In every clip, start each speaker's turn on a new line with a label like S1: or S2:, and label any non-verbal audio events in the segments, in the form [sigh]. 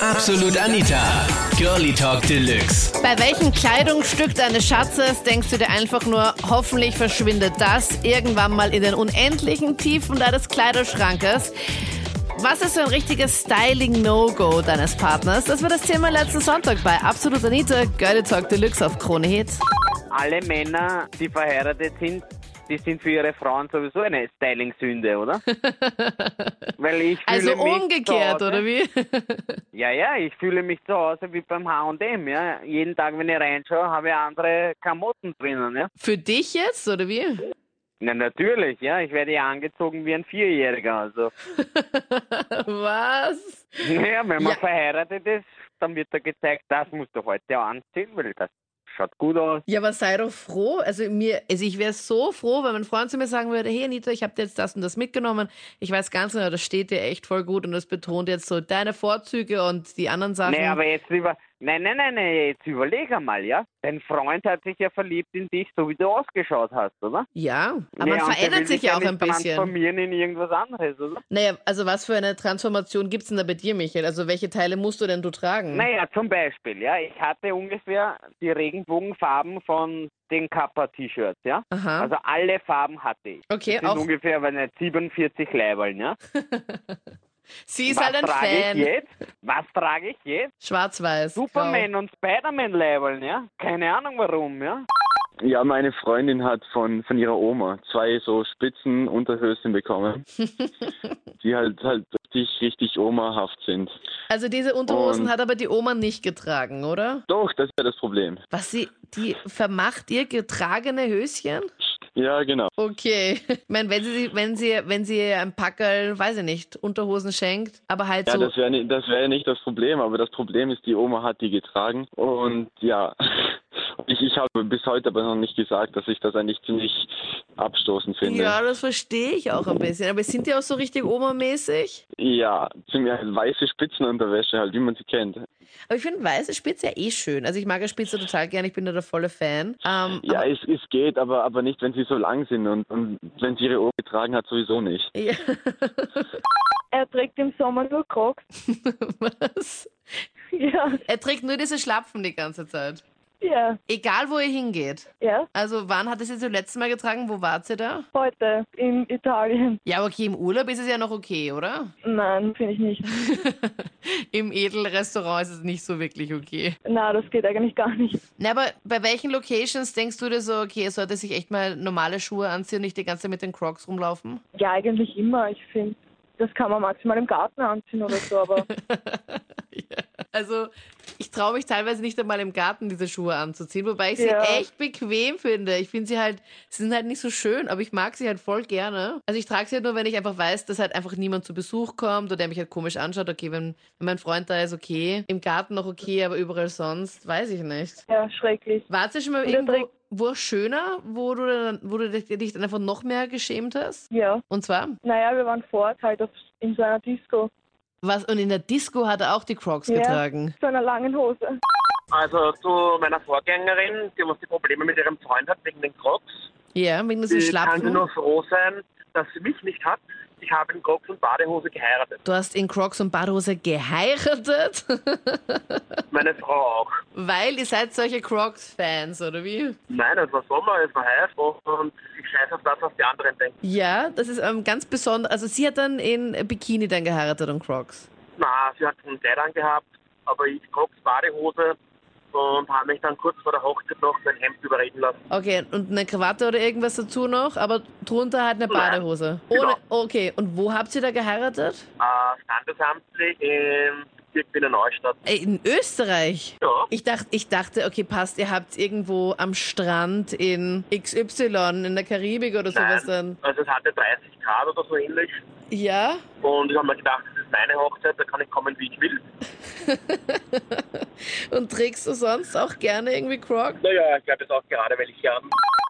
S1: Absolut Anita, Girlie Talk Deluxe.
S2: Bei welchem Kleidungsstück deines Schatzes denkst du dir einfach nur, hoffentlich verschwindet das irgendwann mal in den unendlichen Tiefen deines Kleiderschrankes? Was ist so ein richtiges Styling-No-Go deines Partners? Das war das Thema letzten Sonntag bei Absolut Anita, Girlie Talk Deluxe auf Krone Hit.
S3: alle Männer, die verheiratet sind, die sind für ihre Frauen sowieso eine Styling-Sünde,
S2: [laughs]
S3: oder? Weil ich
S2: Also
S3: fühle mich
S2: umgekehrt,
S3: zu Hause,
S2: oder wie?
S3: Ja, ja, ich fühle mich zu Hause wie beim H&M, ja. Jeden Tag, wenn ich reinschaue, habe ich andere Klamotten drinnen, ja.
S2: Für dich jetzt, oder wie?
S3: Na, natürlich, ja. Ich werde ja angezogen wie ein Vierjähriger, also. [laughs]
S2: Was?
S3: Naja, wenn man
S2: Ja.
S3: verheiratet ist, dann wird da gezeigt, das musst du heute anziehen, weil das schaut gut aus.
S2: Ja, aber sei doch froh. Also mir, also ich wäre so froh, wenn mein Freund zu mir sagen würde, hey Anita, ich habe dir jetzt das und das mitgenommen. Ich weiß ganz genau, das steht dir echt voll gut und das betont jetzt so deine Vorzüge und die anderen Sachen.
S3: Nee, aber jetzt über. Nein, nein, nein, nein, jetzt überleg einmal, ja? Dein Freund hat sich ja verliebt in dich, so wie du ausgeschaut hast, oder?
S2: ja, aber
S3: ja,
S2: man
S3: und der
S2: verändert
S3: will
S2: sich
S3: dich
S2: ja auch
S3: nicht
S2: ein bisschen.
S3: transformieren in irgendwas anderes, oder?
S2: Naja, also was für eine Transformation gibt's denn da bei dir, Michael? Also welche Teile musst du denn du tragen?
S3: Naja, zum Beispiel, ja, ich hatte ungefähr die Regenbogenfarben von den Kappa-T-Shirts, ja?
S2: Aha.
S3: Also alle Farben hatte ich.
S2: Okay,
S3: das sind
S2: auch-
S3: ungefähr bei den 47 Leiberln, ja?
S2: Sie ist
S3: Was
S2: halt ein
S3: trage ich
S2: Fan.
S3: jetzt? Was trage ich jetzt?
S2: Schwarz-weiß. grau.
S3: Superman und Spider-Man labeln, ja? Keine Ahnung warum, ja?
S4: Ja, meine Freundin hat von, von ihrer Oma zwei so spitzen
S2: [laughs]
S4: Unterhöschen bekommen, die halt halt richtig, richtig omahaft sind.
S2: Also diese Unterhosen
S4: Und-
S2: hat aber die Oma nicht getragen, oder?
S4: Doch, das ist ja das Problem.
S2: Was sie, die vermacht ihr getragene Höschen?
S4: Ja, genau.
S2: Okay. [laughs] Ich meine, wenn sie, sich- wenn sie, wenn sie ihr ein Packerl, weiß ich nicht, Unterhosen schenkt, aber halt
S4: Ja,
S2: so.
S4: das wäre ni- das wäre nicht das Problem, aber das Problem ist, die Oma hat die getragen und ja, [laughs] ich, ich habe bis heute aber noch nicht gesagt, dass ich das eigentlich ziemlich abstoßend finde.
S2: ja, das verstehe ich auch ein bisschen. Aber sind die auch so richtig omamäßig?
S4: ja ziemlich halt weiße Spitzenunterwäsche halt, wie man sie kennt.
S2: Aber ich finde weiße Spitze ja eh schön. Also ich mag ja Spitze total gern, ich bin da der volle Fan. Ähm,
S4: Ja,
S2: aber,
S4: es, es geht, aber, aber nicht, wenn sie so lang sind und, und wenn sie ihre Ohren getragen hat, sowieso nicht.
S2: [laughs] ja.
S5: Er trägt im Sommer nur Crocs. [laughs]
S2: Was?
S5: Ja,
S2: Er trägt nur diese Schlapfen die ganze Zeit.
S5: ja,
S2: Egal, wo er hingeht.
S5: ja.
S2: Also wann hat er sie zum letzten Mal getragen? Wo wart ihr da?
S5: Heute in Italien.
S2: Ja, aber okay, im Urlaub ist es ja noch okay, oder?
S5: Nein, finde ich nicht.
S2: Im Edelrestaurant ist es nicht so wirklich okay.
S5: Na, das geht eigentlich gar nicht.
S2: Na, aber bei welchen Locations denkst du dir so, okay, er sollte sich echt mal normale Schuhe anziehen und nicht die ganze Zeit mit den Crocs rumlaufen?
S5: Ja, eigentlich immer. Ich finde, das kann man maximal im Garten anziehen oder so, aber
S2: Also, ich traue mich teilweise nicht einmal im Garten diese Schuhe anzuziehen, wobei ich sie
S5: Ja.
S2: echt bequem finde. Ich finde sie halt, sie sind halt nicht so schön, aber ich mag sie halt voll gerne. Also ich trage sie halt nur, wenn ich einfach weiß, dass halt einfach niemand zu Besuch kommt oder der mich halt komisch anschaut. Okay, wenn, wenn mein Freund da ist, okay. Im Garten noch okay, aber überall sonst, weiß ich nicht.
S5: ja, schrecklich.
S2: Warst du schon mal
S5: Und
S2: irgendwo,
S5: dann-
S2: wo schöner, wo du, dann, wo du dich- dich dann einfach noch mehr geschämt hast?
S5: Ja.
S2: Und zwar,
S5: Naja, wir waren fort halt auf, in so einer Disco.
S2: was, und in der Disco hat er auch die Crocs
S5: Ja.
S2: getragen.
S5: So einer langen Hose.
S6: Also zu meiner Vorgängerin, die was die Probleme mit ihrem Freund hat wegen den Crocs.
S2: Ja, wegen diesen
S6: Die kann sie
S2: Schlapfen.
S6: nur froh sein, dass sie mich nicht hat. Ich habe in Crocs und Badehose geheiratet.
S2: Du hast in Crocs und Badehose geheiratet, [laughs]
S6: Meine Frau auch.
S2: weil ihr seid solche Crocs-Fans, oder wie?
S6: Nein, es war Sommer, es war heiß und ich scheiße auf das, was die anderen denken.
S2: Ja, das ist ähm, ganz besonders. Also sie hat dann in Bikini dann geheiratet und Crocs.
S6: Na, sie hat einen Kleid angehabt, aber ich Crocs, Badehose und habe mich dann kurz vor der Hochzeit noch mein Hemd überreden lassen.
S2: Okay, und eine Krawatte oder irgendwas dazu noch, aber drunter halt eine
S6: Nein.
S2: Badehose.
S6: Genau.
S2: Ohne, okay, und wo habt ihr da geheiratet?
S6: Äh, standesamtlich in Bezirk Wiener Neustadt.
S2: Äh, In Österreich?
S6: Ja,
S2: Ich dachte, ich dachte, okay, passt, ihr habt irgendwo am Strand in XY, in der Karibik oder sowas dann.
S6: nein. Also es hatte 30 Grad oder so ähnlich.
S2: Ja?
S6: Und ich habe mir gedacht, das ist meine Hochzeit, da kann ich kommen, wie ich will.
S2: Und trägst du sonst auch gerne irgendwie Croc?
S6: Naja, ich glaube, das auch gerade, weil ich ja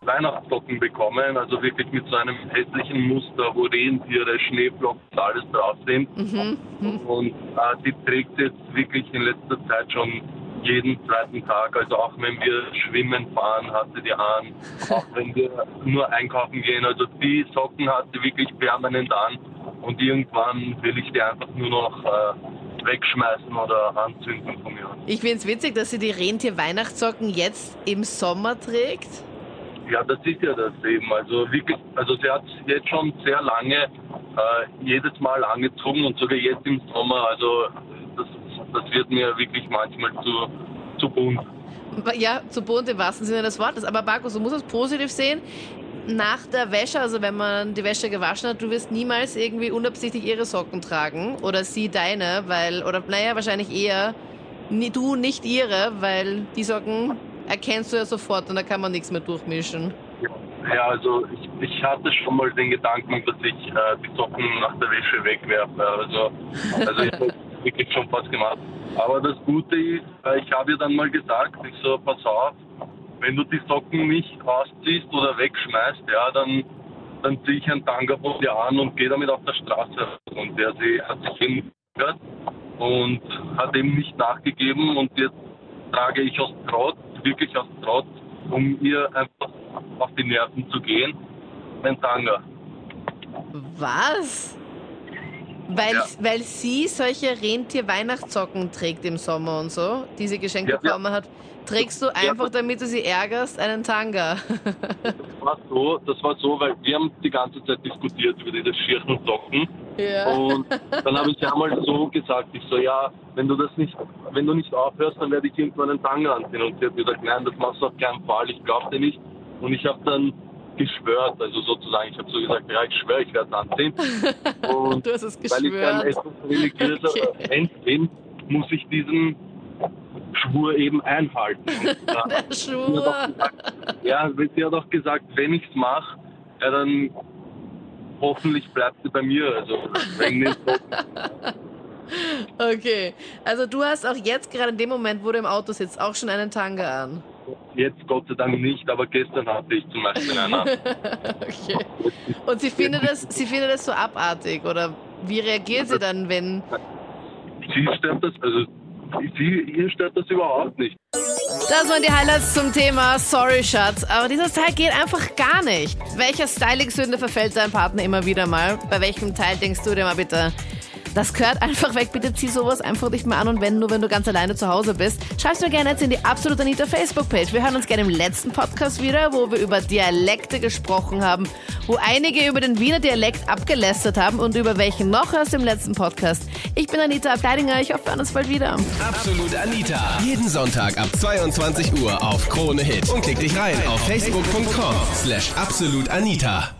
S7: Weihnachtssocken bekommen, also wirklich mit so einem hässlichen Muster, wo Rentiere, Schneeflocken, alles drauf sind. Und äh, die trägt jetzt wirklich in letzter Zeit schon jeden zweiten Tag, also auch wenn wir schwimmen fahren, hat sie die an, auch wenn wir nur einkaufen gehen, also die Socken hat sie wirklich permanent an und irgendwann will ich die einfach nur noch äh, wegschmeißen oder anzünden von mir aus.
S2: Ich finde es witzig, dass sie die Rentier-Weihnachtssocken jetzt im Sommer trägt.
S7: Ja, das ist ja das eben. Also wirklich, also sie hat jetzt schon sehr lange äh, jedes Mal angezogen und sogar jetzt im Sommer. Also das, das wird mir wirklich manchmal zu, zu bunt.
S2: Ja, zu bunt im wahrsten Sinne des Wortes. Aber Markus, du musst es positiv sehen. Nach der Wäsche, also wenn man die Wäsche gewaschen hat, du wirst niemals irgendwie unabsichtlich ihre Socken tragen oder sie deine, weil, oder naja, wahrscheinlich eher ni- du nicht ihre, weil die Socken erkennst du ja sofort und da kann man nichts mehr durchmischen.
S7: Ja, also ich, ich hatte schon mal den Gedanken, dass ich äh, die Socken nach der Wäsche wegwerfe. Also, also ich habe wirklich schon fast gemacht. Aber das Gute ist, äh, ich habe ihr dann mal gesagt, ich so, pass auf, wenn du die Socken nicht ausziehst oder wegschmeißt, ja, dann, dann ziehe ich einen Tanga von dir an und gehe damit auf der Straße. Und der sie hat sich hingehört und hat ihm nicht nachgegeben und jetzt trage ich aus Trotz, wirklich aus Trotz, um ihr einfach auf die Nerven zu gehen, ein Tanga.
S2: Was? Weil,
S7: Ja.
S2: weil sie solche Rentier-Weihnachtssocken trägt im Sommer und so, die sie geschenkt
S7: Ja, ja.
S2: bekommen hat, trägst du einfach, damit du sie ärgerst, einen Tanga.
S7: Das war so, das war so, weil wir haben die ganze Zeit diskutiert über diese schirren Socken
S2: ja.
S7: und dann habe ich einmal so gesagt, ich so, ja, wenn du das nicht, wenn du nicht aufhörst, dann werde ich irgendwann einen Tanga anziehen und sie hat gesagt, nein, das machst du auf keinen Fall, ich glaube dir nicht und ich habe dann geschwört, also sozusagen, ich habe so gesagt, ja, ich schwöre, ich werde es anziehen und
S2: Du hast es
S7: weil ich
S2: [laughs]
S7: ein
S2: geschwört.
S7: etwas [laughs] religiöser
S2: Okay.
S7: Mensch bin, muss ich diesen Schwur eben einhalten. Und, [laughs] ja,
S2: Der Schwur.
S7: Ja, sie hat auch gesagt, wenn ich's mach, mache, ja, dann hoffentlich bleibt sie bei mir. Also, wenn [laughs] nicht,
S2: Okay. Also du hast auch jetzt gerade in dem Moment, wo du im Auto sitzt, auch schon einen Tanga an.
S7: jetzt Gott sei Dank nicht, aber gestern hatte ich zum Beispiel einen. [laughs]
S2: Okay. Und sie findet das, sie findet das so abartig oder wie reagiert
S7: Also
S2: sie dann, wenn
S7: Sie stört das, also sie, ihr stört das überhaupt nicht.
S2: Das waren die Highlights zum Thema Sorry Schatz. Aber dieser Teil geht einfach gar nicht. Welcher Styling-Sünde verfällt deinem Partner immer wieder mal? Bei welchem Teil denkst du dir mal bitte? Das gehört [laughs] einfach weg. Bitte zieh sowas einfach nicht mehr an und wenn nur, wenn du ganz alleine zu Hause bist. Schreib's mir gerne jetzt in die Absolut Anita Facebook-Page. Wir hören uns gerne im letzten Podcast wieder, wo wir über Dialekte gesprochen haben, wo einige über den Wiener Dialekt abgelästert haben und über welchen noch aus dem letzten Podcast. Ich bin Anita Ableidinger. Ich hoffe, wir hören uns bald wieder.
S1: Absolut Anita. Jeden Sonntag ab 22 Uhr auf Krone Hit. Und klick dich rein auf facebook.com slash absolutanita.